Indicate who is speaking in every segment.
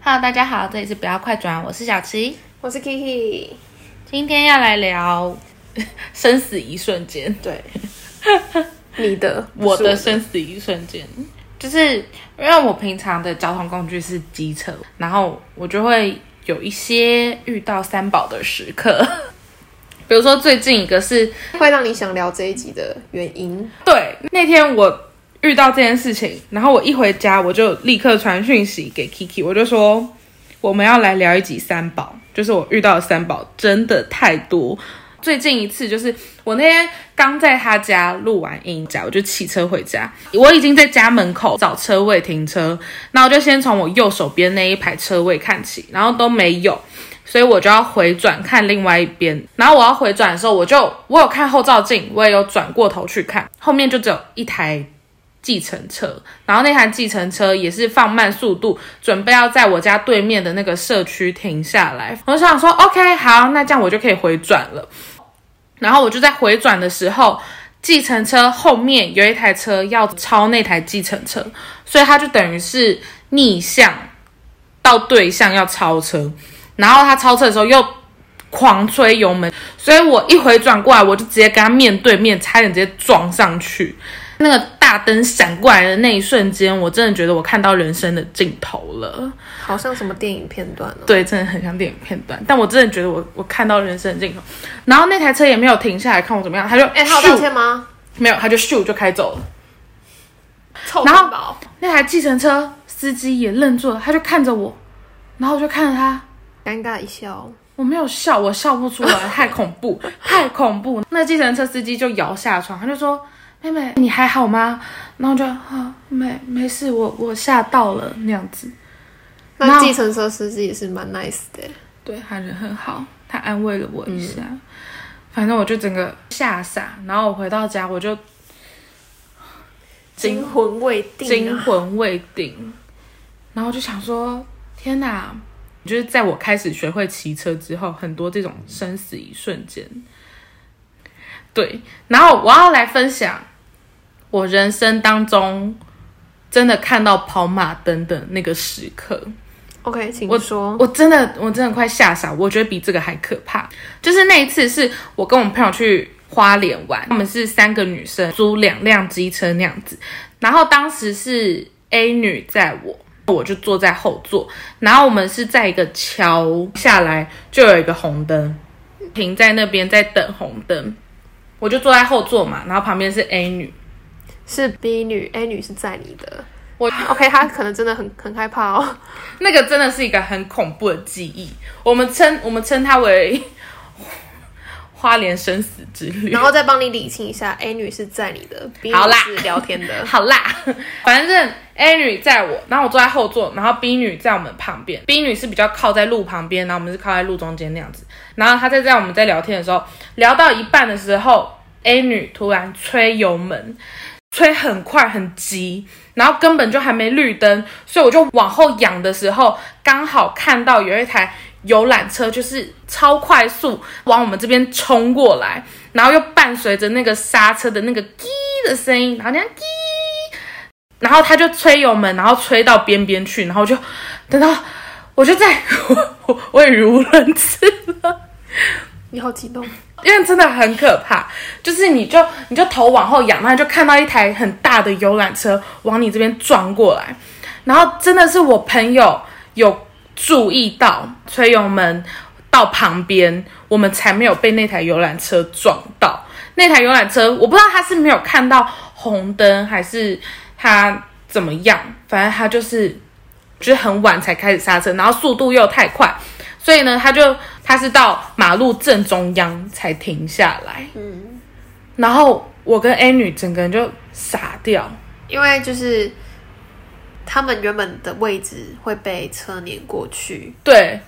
Speaker 1: Hello，大家好，这里是不要快转，我是小琪，
Speaker 2: 我是 Kiki，
Speaker 1: 今天要来聊 生死一瞬间，
Speaker 2: 对， 你的，不
Speaker 1: 我
Speaker 2: 是
Speaker 1: 的生死一瞬间，就是因为我平常的交通工具是机车，然后我就会有一些遇到三宝的时刻， 比如说最近一个是
Speaker 2: 会让你想聊这一集的原因。
Speaker 1: 对，那天我遇到这件事情，然后我一回家我就立刻传讯息给 Kiki，我就说我们要来聊一集三宝，就是我遇到的三宝真的太多。最近一次就是我那天刚在他家录完音假，我就骑车回家，我已经在家门口找车位停车，那我就先从我右手边那一排车位看起，然后都没有，所以我就要回转看另外一边。然后我要回转的时候，我就我有看后照镜，我也有转过头去看，后面就只有一台计程车，然后那台计程车也是放慢速度，准备要在我家对面的那个社区停下来。我就想说，OK，好，那这样我就可以回转了。然后我就在回转的时候，计程车后面有一台车要超那台计程车，所以他就等于是逆向到对向要超车，然后他超车的时候又狂吹油门，所以我一回转过来，我就直接跟他面对面，差点直接撞上去。那个大灯闪过来的那一瞬间，我真的觉得我看到人生的尽头了。
Speaker 2: 好像什么电影片段哦，
Speaker 1: 对，真的很像电影片段，但我真的觉得我我看到人生的尽头。然后那台车也没有停下来看我怎么样，他就
Speaker 2: 哎、他有道歉吗？
Speaker 1: 没有，他就咻就开走了。
Speaker 2: 臭
Speaker 1: 然后
Speaker 2: 环保
Speaker 1: 那台计程车司机也愣住了，他就看着我，然后我就看着他，
Speaker 2: 尴尬一笑，
Speaker 1: 我没有笑，我笑不出来，太恐 怖，太恐怖。那计程车司机就摇下床，他就说：“妹妹，你还好吗？”然后我就啊，没没事，我我吓到了那样子。然
Speaker 2: 那
Speaker 1: 后
Speaker 2: 计程车司机也是蛮 nice 的，
Speaker 1: 对，他人很好，他安慰了我一下。嗯反正我就整个吓傻，然后我回到家我就惊
Speaker 2: 魂未定
Speaker 1: 惊
Speaker 2: 啊。
Speaker 1: 魂未定，然后就想说，天哪！就是在我开始学会骑车之后，很多这种生死一瞬间。对，然后我要来分享我人生当中真的看到跑马灯的那个时刻。
Speaker 2: OK，请说。
Speaker 1: 我真的我真的快吓傻，我觉得比这个还可怕。就是那一次是我跟我们朋友去花莲玩，我们是三个女生租两辆机车那样子，然后当时是 A 女载我。我就坐在后座，然后我们是在一个桥下来，就有一个红灯，停在那边在等红灯，我就坐在后座嘛，然后旁边是 A 女，
Speaker 2: 是 B 女，A 女是在你的。
Speaker 1: 我
Speaker 2: OK，她可能真的很很害怕 哦。
Speaker 1: 那个真的是一个很恐怖的记忆，我们称我们称它为花莲生死之旅。
Speaker 2: 然后再帮你理清一下，A 女是在你的，B
Speaker 1: 好
Speaker 2: 女
Speaker 1: 啦
Speaker 2: 是聊天 的。
Speaker 1: 好啦， 反正 A 女在我，然后我坐在后座，然后 B 女在我们旁边。B 女是比较靠在路旁边，然后我们是靠在路中间那样子。然后她在在我们在聊天的时候，聊到一半的时候，A 女突然吹油门，吹很快很急，然后根本就还没绿灯，所以我就往后仰的时候，刚好看到有一台游览车就是超快速往我们这边冲过来，然后又伴随着那个刹车的那个“滴”的声音，然后那样“滴”，然后他就吹油门，然后吹到边边去，然后我就等到我就在 我我我也语无伦次了。
Speaker 2: 你好激动，
Speaker 1: 因为真的很可怕，就是你就你就头往后仰，然后你就看到一台很大的游览车往你这边撞过来，然后真的是我朋友有注意到吹油门到旁边，我们才没有被那台游览车撞到。那台游览车我不知道他是没有看到红灯还是他怎么样，反正他就是就是很晚才开始刹车，然后速度又太快，所以呢，他就他是到马路正中央才停下来。嗯，然后我跟 A 女整个人就傻掉，
Speaker 2: 因为就是他们原本的位置会被车碾过去，
Speaker 1: 对。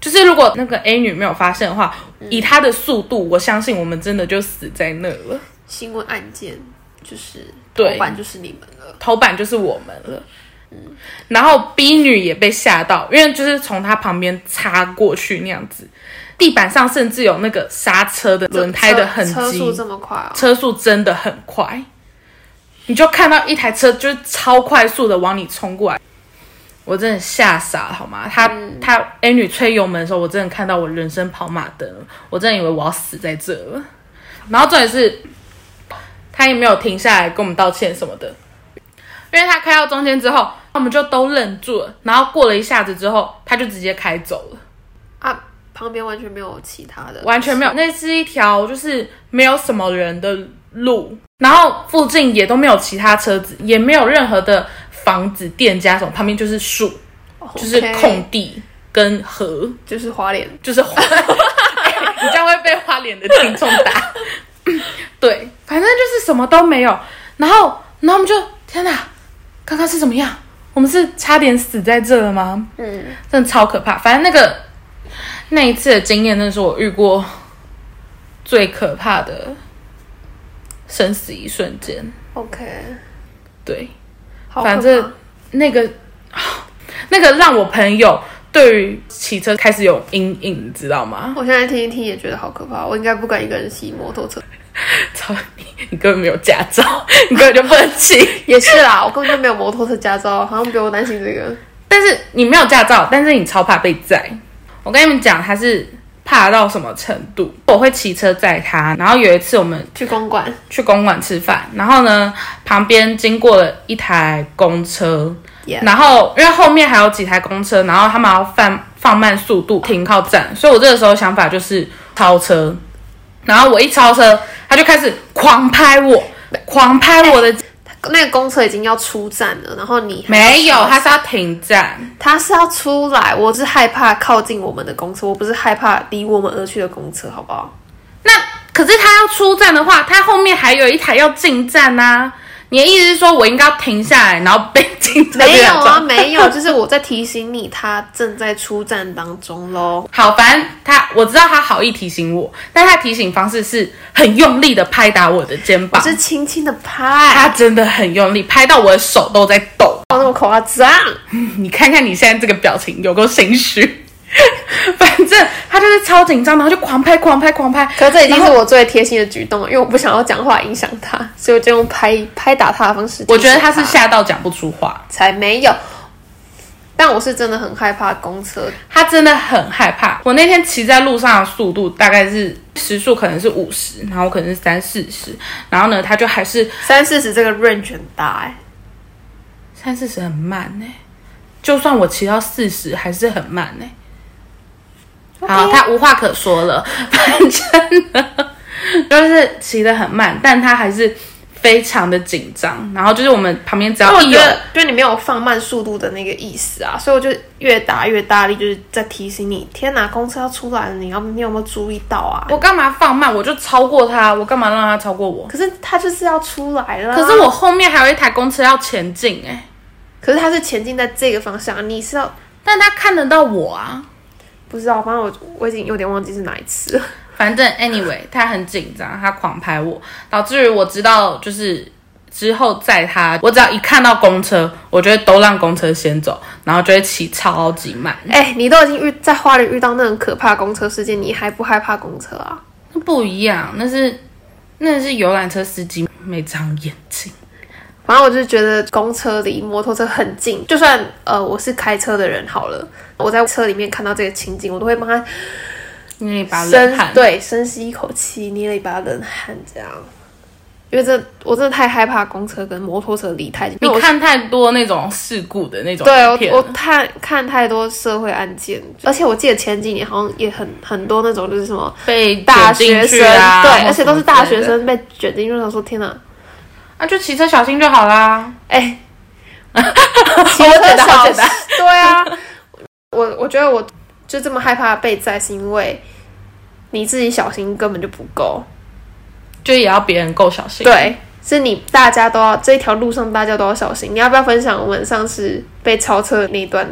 Speaker 1: 就是如果那个 A 女没有发现的话，
Speaker 2: 嗯
Speaker 1: 以她的速度，我相信我们真的就死在那了。
Speaker 2: 新闻案件就是
Speaker 1: 对
Speaker 2: 头版就是你们了。
Speaker 1: 头版就是我们了。
Speaker 2: 嗯
Speaker 1: 然后 B 女也被吓到，因为就是从她旁边擦过去那样子，地板上甚至有那个刹车的轮胎的痕迹，
Speaker 2: 车车速这么快哦，
Speaker 1: 车速真的很快，你就看到一台车就是超快速的往你冲过来，我真的吓傻了，好吗？他、他 A 女吹油门的时候，我真的看到我人生跑马灯了，我真的以为我要死在这了。然后重点是，他也没有停下来跟我们道歉什么的，因为他开到中间之后，我们就都愣住了。然后过了一下子之后，他就直接开走了。
Speaker 2: 啊，旁边完全没有其他的，
Speaker 1: 完全没有，那是一条就是没有什么人的路，然后附近也都没有其他车子，也没有任何的房子、店家什么，旁边就是树，
Speaker 2: OK，
Speaker 1: 就是空地跟河，
Speaker 2: 就是花莲，
Speaker 1: 就是花，哎你这样会被花脸的听众打。对，反正就是什么都没有，然后，然后我们就天哪，刚刚是怎么样？我们是差点死在这了吗？
Speaker 2: 嗯，
Speaker 1: 真的超可怕。反正那个那一次的经验，真的是我遇过最可怕的生死一瞬间。
Speaker 2: OK，
Speaker 1: 对，
Speaker 2: 好可怕，
Speaker 1: 反正那个 那个让我朋友对于骑车开始有阴影，你知道吗？
Speaker 2: 我现在听一听也觉得好可怕，我应该不敢一个人骑摩托车。
Speaker 1: 操你！你根本没有驾照， 你根本就不能骑。
Speaker 2: 也是啦， 我根本就没有摩托车驾照，好像不用担心这个。
Speaker 1: 但是你没有驾照，但是你超怕被载。我跟你们讲，他是怕到什么程度？我会骑车载他，然后有一次我们
Speaker 2: 去公馆，
Speaker 1: 去公馆吃饭，然后呢，旁边经过了一台公车
Speaker 2: Yeah
Speaker 1: 然后因为后面还有几台公车，然后他们要放放慢速度停靠站，所以我这个时候想法就是超车，然后我一超车，他就开始狂拍我，狂拍我的，
Speaker 2: 哎那个公车已经要出站了，然后你还
Speaker 1: 没有，他是要停站，
Speaker 2: 他是要出来，我是害怕靠近我们的公车，我不是害怕离我们而去的公车，好不好？
Speaker 1: 那可是他要出站的话，他后面还有一台要进站呐、你的意思是说我应该要停下来，然后被 进站？
Speaker 2: 没有啊，没有， 就是我在提醒你，他正在出站当中喽。
Speaker 1: 好，反正他我知道他好意提醒我，但他提醒方式是很用力的拍打我的肩膀，
Speaker 2: 是轻轻的拍，
Speaker 1: 他真的很用力，拍到我的手都在抖。
Speaker 2: 哦，那么夸张，
Speaker 1: 你看看你现在这个表情，有够心虚。 反正他就是超紧张，然后就狂拍、狂拍、狂拍。
Speaker 2: 可这已经
Speaker 1: 然
Speaker 2: 是
Speaker 1: 后
Speaker 2: 我最贴心的举动了，因为我不想要讲话影响他， 所以我就用拍拍打他的方式提醒。
Speaker 1: 我觉得他是吓到讲不出话，
Speaker 2: 才没有。但我是真的很害怕公车，
Speaker 1: 他真的很害怕。我那天骑在路上的速度大概是时速可能是五十，然后我可能是三四十，然后呢，他就还是
Speaker 2: 三四十这个 range 很大哎、
Speaker 1: 三四十很慢呢、就算我骑到四十还是很慢呢、好，他无话可说 了，反正呢 就是骑得很慢，但他还是非常的紧张。然后就是我们旁边只
Speaker 2: 但
Speaker 1: 要
Speaker 2: 我
Speaker 1: 一
Speaker 2: 觉
Speaker 1: 有
Speaker 2: 得就是你没有放慢速度的那个意思啊，所以我就越打越大力，就是在提醒你，天哪，公车要出来了，你要你有没有注意到啊？
Speaker 1: 我干嘛放慢，我就超过他，我干嘛让他超过我？
Speaker 2: 可是他就是要出来了啊、
Speaker 1: 可是我后面还有一台公车要前进哎、
Speaker 2: 可是他是前进在这个方向，你是要
Speaker 1: 但他看得到我啊。
Speaker 2: 不知道，反正我我已经有点忘记是哪一次了。
Speaker 1: 反正 anyway，他很紧张，他狂拍我，导致于我知道就是之后载他，我只要一看到公车，我就会都让公车先走，然后就会骑超级慢。
Speaker 2: 哎、你都已经遇在花莲遇到那种可怕的公车事件，你还不害怕公车啊？
Speaker 1: 那不一样，那是那是游览车司机没长眼睛。
Speaker 2: 反正我就是觉得公车离摩托车很近，就算呃我是开车的人好了，我在车里面看到这个情景，我都会帮他
Speaker 1: 因为一把冷
Speaker 2: 深
Speaker 1: 汗，
Speaker 2: 对深吸一口气，捏了一把冷汗这样。因为这我真的太害怕公车跟摩托车离太近，因
Speaker 1: 你
Speaker 2: 为我
Speaker 1: 看太多那种事故的那种影
Speaker 2: 对
Speaker 1: 片
Speaker 2: 我我
Speaker 1: 了
Speaker 2: 看看太多社会案件，而且我记得前几年好像也很很多那种就是什么
Speaker 1: 被
Speaker 2: 大
Speaker 1: 卷进
Speaker 2: 学生
Speaker 1: 去啊，
Speaker 2: 对，
Speaker 1: 或
Speaker 2: 而且都
Speaker 1: 什么
Speaker 2: 是大
Speaker 1: 之类
Speaker 2: 学
Speaker 1: 的，
Speaker 2: 生被卷进去，我想说天哪，
Speaker 1: 啊，就骑车小心就好啦。
Speaker 2: 哎、
Speaker 1: 我觉得好
Speaker 2: 骑车小
Speaker 1: 简单
Speaker 2: 对啊，我我觉得我就这么害怕被载，是因为你自己小心根本就不够，
Speaker 1: 就也要别人够小心。
Speaker 2: 对，是你大家都要这一条路上大家都要小心。你要不要分享我们上次被超车的那一段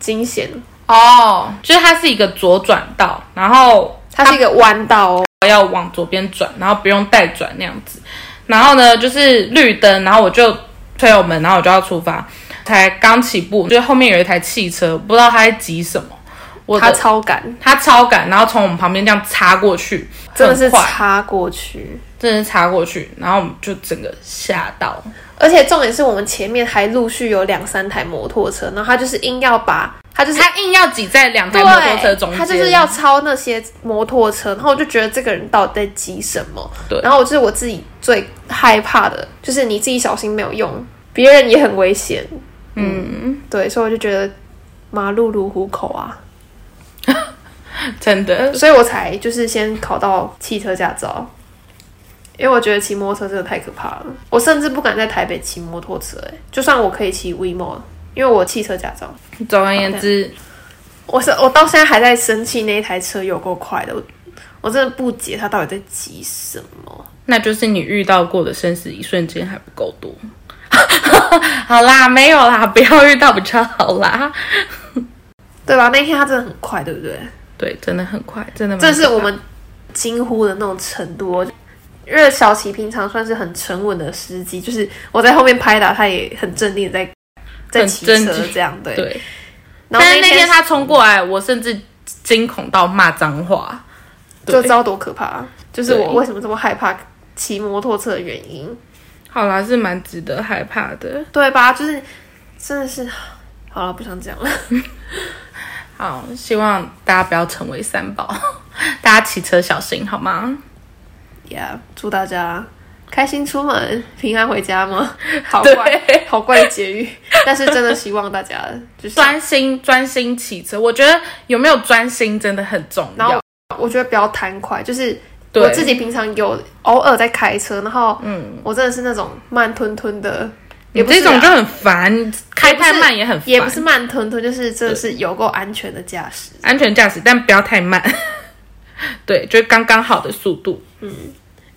Speaker 2: 惊险？
Speaker 1: 哦，就是它是一个左转道，然后
Speaker 2: 它是一个弯道哦，
Speaker 1: 要往左边转，然后不用带转那样子。然后呢，就是绿灯，然后我就推油门，然后我就要出发。才刚起步，就是后面有一台汽车，不知道他在急什么，我
Speaker 2: 他
Speaker 1: 的
Speaker 2: 超赶，
Speaker 1: 他超赶，然后从我们旁边这样擦过去，
Speaker 2: 真的是
Speaker 1: 很快，
Speaker 2: 插过去。
Speaker 1: 真的是擦过去，然后我们就整个吓到，
Speaker 2: 而且重点是我们前面还陆续有两三台摩托车，然后他就是硬要把，他就是
Speaker 1: 他硬要挤在两台
Speaker 2: 对，
Speaker 1: 摩托车中间，
Speaker 2: 他就是要超那些摩托车，然后我就觉得这个人到底在急什么？
Speaker 1: 对
Speaker 2: 然后我就是我自己最害怕的，就是你自己小心没有用，别人也很危险。嗯，对，所以我就觉得马路如虎口啊，
Speaker 1: 真的
Speaker 2: 所以我才就是先考到汽车驾照。因为我觉得骑摩托车真的太可怕了，我甚至不敢在台北骑摩托车、欸，就算我可以骑 WeMo，因为我汽车驾照，
Speaker 1: 总而言之，
Speaker 2: 我是我到现在还在生气那一台车有够快的，我我真的不解他到底在急什么。
Speaker 1: 那就是你遇到过的生死一瞬间还不够多。 好啦，没有啦，不要遇到比较好啦。
Speaker 2: 对吧？那天他真的很快，对不对？
Speaker 1: 对，真的很快，真的蛮可
Speaker 2: 这
Speaker 1: 怕。
Speaker 2: 是我们惊呼的那种程度哦。因为小齐平常算是很沉稳的司机，就是我在后面拍打，他也很镇定地在在
Speaker 1: 很
Speaker 2: 骑
Speaker 1: 镇
Speaker 2: 车
Speaker 1: 定
Speaker 2: 这样对。
Speaker 1: 对，
Speaker 2: 然后
Speaker 1: 但是
Speaker 2: 那
Speaker 1: 那
Speaker 2: 天
Speaker 1: 天他冲过来，我甚至惊恐到骂脏话。
Speaker 2: 就知道多可怕啊，就是我
Speaker 1: 对
Speaker 2: 为什么这么害怕骑摩托车的原因，
Speaker 1: 好啦，是蛮值得害怕的。
Speaker 2: 对吧？就是真的是，好了，不想讲了。
Speaker 1: 好，希望大家不要成为三宝， 大家骑车小心好吗？
Speaker 2: yeah, 祝大家开心出门，平安回家吗？好
Speaker 1: 对
Speaker 2: 怪，好怪的结语，但是真的希望大家就是，
Speaker 1: 专心专心骑车，我觉得有没有专心真的很重
Speaker 2: 然后
Speaker 1: 要。
Speaker 2: 我觉得不要贪快，就是
Speaker 1: 对
Speaker 2: 我自己平常有偶尔在开车，然后嗯，我真的是那种慢吞吞的，
Speaker 1: 你
Speaker 2: 也不是
Speaker 1: 这种
Speaker 2: 啊
Speaker 1: 就很烦，开太慢也很烦，
Speaker 2: 也不是慢吞吞，就是真的是有够安全的驾驶。
Speaker 1: 安全驾驶，但不要太慢。 对，就是刚刚好的速度。嗯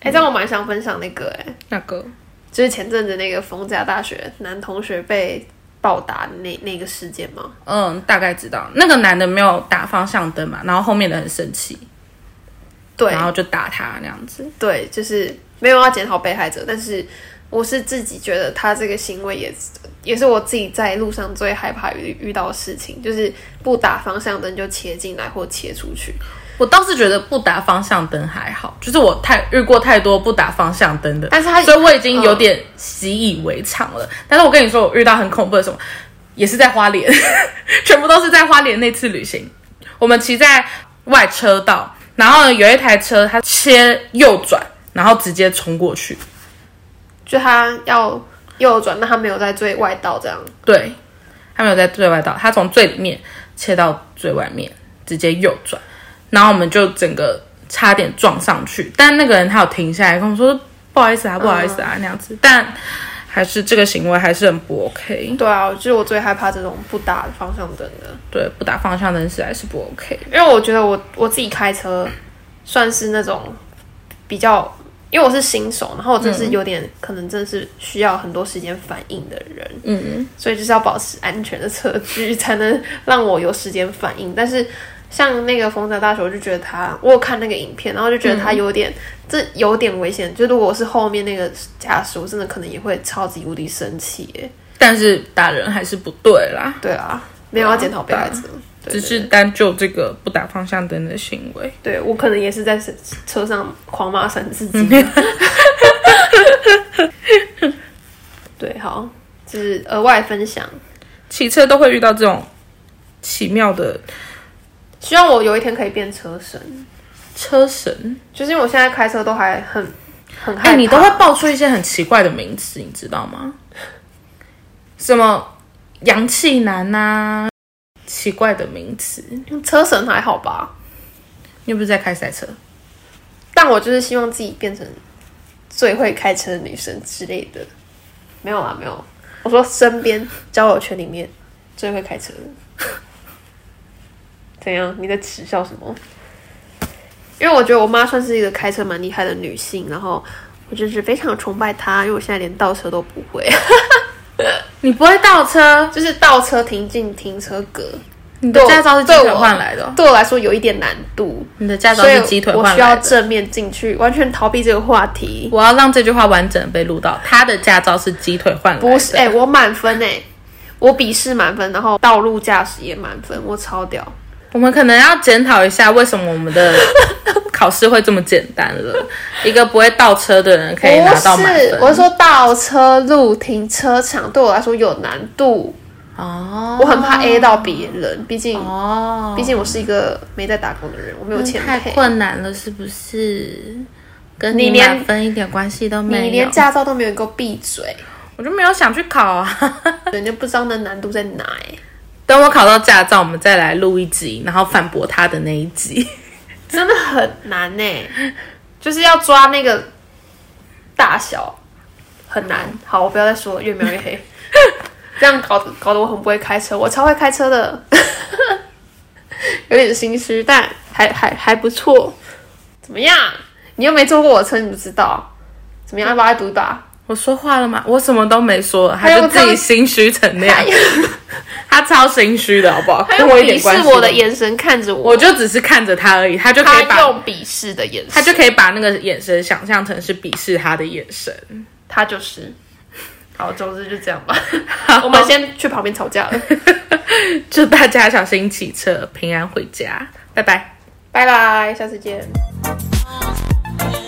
Speaker 2: 哎、这样我蛮想分享那个、哎，
Speaker 1: 那个
Speaker 2: 就是前阵子那个逢甲大学男同学被暴打的那那个事件吗？
Speaker 1: 嗯，大概知道那个男的没有打方向灯嘛，然后后面的很生气，
Speaker 2: 对，
Speaker 1: 然后就打他那样子。
Speaker 2: 对，就是没有要检讨被害者，但是我是自己觉得他这个行为也也是我自己在路上最害怕遇遇到的事情，就是不打方向灯就切进来或切出去。
Speaker 1: 我倒是觉得不打方向灯还好，就是我太遇过太多不打方向灯的，
Speaker 2: 但是他
Speaker 1: 所以我已经有点习以为常了。但是我跟你说，我遇到很恐怖的什么，也是在花莲， 全部都是在花莲那次旅行。我们骑在外车道，然后有一台车它切右转，然后直接冲过去。
Speaker 2: 就他要右转，但他没有在最外道这样。
Speaker 1: 对，他没有在最外道，他从最里面切到最外面，直接右转，然后我们就整个差点撞上去，但那个人他有停下来跟我说不好意思啊，不好意思
Speaker 2: 嗯
Speaker 1: 啊、那样子，但还是这个行为还是很不 OK，
Speaker 2: 对啊，就是我最害怕这种不打方向灯的，啊
Speaker 1: 对，不打方向灯实在是不 OK，
Speaker 2: 因为我觉得我我自己开车算是那种比较。因为我是新手，然后我真是有点、可能真是需要很多时间反应的人，
Speaker 1: 嗯，
Speaker 2: 所以就是要保持安全的车距，才能让我有时间反应。但是像那个冯甲大学，我就觉得他，我有看那个影片，然后就觉得他有点，这有点危险。就如果我是后面那个驾驶，我真的可能也会超级无敌生气耶。
Speaker 1: 但是打人还是不对啦，
Speaker 2: 对啊，没有要检讨被害者，对
Speaker 1: 只是单就这个不打方向灯的行为，
Speaker 2: 对我可能也是在车上狂骂三字经。
Speaker 1: 嗯
Speaker 2: 对，好，这是额外分享。
Speaker 1: 骑车都会遇到这种奇妙的
Speaker 2: 希望我有一天可以变车神。
Speaker 1: 车神。
Speaker 2: 就是因为我现在开车都还很很害
Speaker 1: 哎、
Speaker 2: 怕，
Speaker 1: 你都会爆出一些很奇怪的名词，你知道吗？什么阳气男呐、奇怪的名词。
Speaker 2: 车神还好吧？
Speaker 1: 你又不是在开赛车？
Speaker 2: 但我就是希望自己变成最会开车的女生之类的。没有啦，没有。我说身边交友圈里面最会开车的， 怎样？你在耻笑什么？因为我觉得我妈算是一个开车蛮厉害的女性，然后我就是非常崇拜她，因为我现在连倒车都不 会，
Speaker 1: 你不会倒车？
Speaker 2: 就是倒车停进停车格，
Speaker 1: 你的
Speaker 2: 对我
Speaker 1: 驾照是鸡
Speaker 2: 对
Speaker 1: 腿
Speaker 2: 我
Speaker 1: 换来的哦、
Speaker 2: 对我来说有一点难度。
Speaker 1: 你的驾照
Speaker 2: 所以
Speaker 1: 是鸡腿
Speaker 2: 我
Speaker 1: 换
Speaker 2: 需要
Speaker 1: 来的。
Speaker 2: 正面进去，完全逃避这个话题。
Speaker 1: 我要让这句话完整地被录到。他的驾照是鸡腿换来的。
Speaker 2: 不是，哎、我满分哎、我笔试满分，然后道路驾驶也满分，我超屌。
Speaker 1: 我们可能要检讨一下，为什么我们 的考试会这么简单了？一个不会倒车的人可以拿到
Speaker 2: 不
Speaker 1: 满
Speaker 2: 是，我
Speaker 1: 分。
Speaker 2: 是说倒车入停车场对我来说有难度，
Speaker 1: 哦，
Speaker 2: 我很怕 A 到别人，毕竟、
Speaker 1: 哦，
Speaker 2: 毕竟我是一个没在打工的人，我没有钱
Speaker 3: 太
Speaker 2: 赔。
Speaker 3: 困难了，是不是？跟
Speaker 2: 你
Speaker 3: 你
Speaker 2: 连
Speaker 3: 满分一点关系都没有。
Speaker 2: 你连驾照都没有，你给我闭嘴！
Speaker 1: 我就没有想去考啊。
Speaker 2: 人家不知道那难度在哪、欸，
Speaker 1: 等我考到驾照，我们再来录一集，然后反驳他的那一集。
Speaker 2: 真的很难呢、就是要抓那个大小，很难。
Speaker 1: 嗯
Speaker 2: 好，我不要再说了，越描越 黑，这样搞得搞得我很不会开车，我超会开车的， 有点心虚，但还还还不错。怎么样？你又没坐过我车，你不知道？
Speaker 1: 嗯
Speaker 2: 怎么样？要不要来赌一把？
Speaker 1: 我说话了吗？我什么都没说，他
Speaker 2: 有
Speaker 1: 就自己心虚成那
Speaker 2: 他
Speaker 1: 样，
Speaker 2: 用
Speaker 1: 他超心虚的好不好？
Speaker 2: 他
Speaker 1: 跟
Speaker 2: 用
Speaker 1: 我一
Speaker 2: 鄙
Speaker 1: 点关系
Speaker 2: 视
Speaker 1: 都
Speaker 2: 我的
Speaker 1: 没有，
Speaker 2: 眼神看着我，
Speaker 1: 我就只是看着他而已，他就可
Speaker 2: 他
Speaker 1: 以把
Speaker 2: 用鄙视的眼神，
Speaker 1: 他就可以把那个眼神想象成是鄙视他的眼神。
Speaker 2: 他就是。好，总之就这样吧。我们先去旁边吵架了，
Speaker 1: 祝大家小心骑 车，平安回家，拜拜。
Speaker 2: 拜拜，下次见。
Speaker 3: Oh,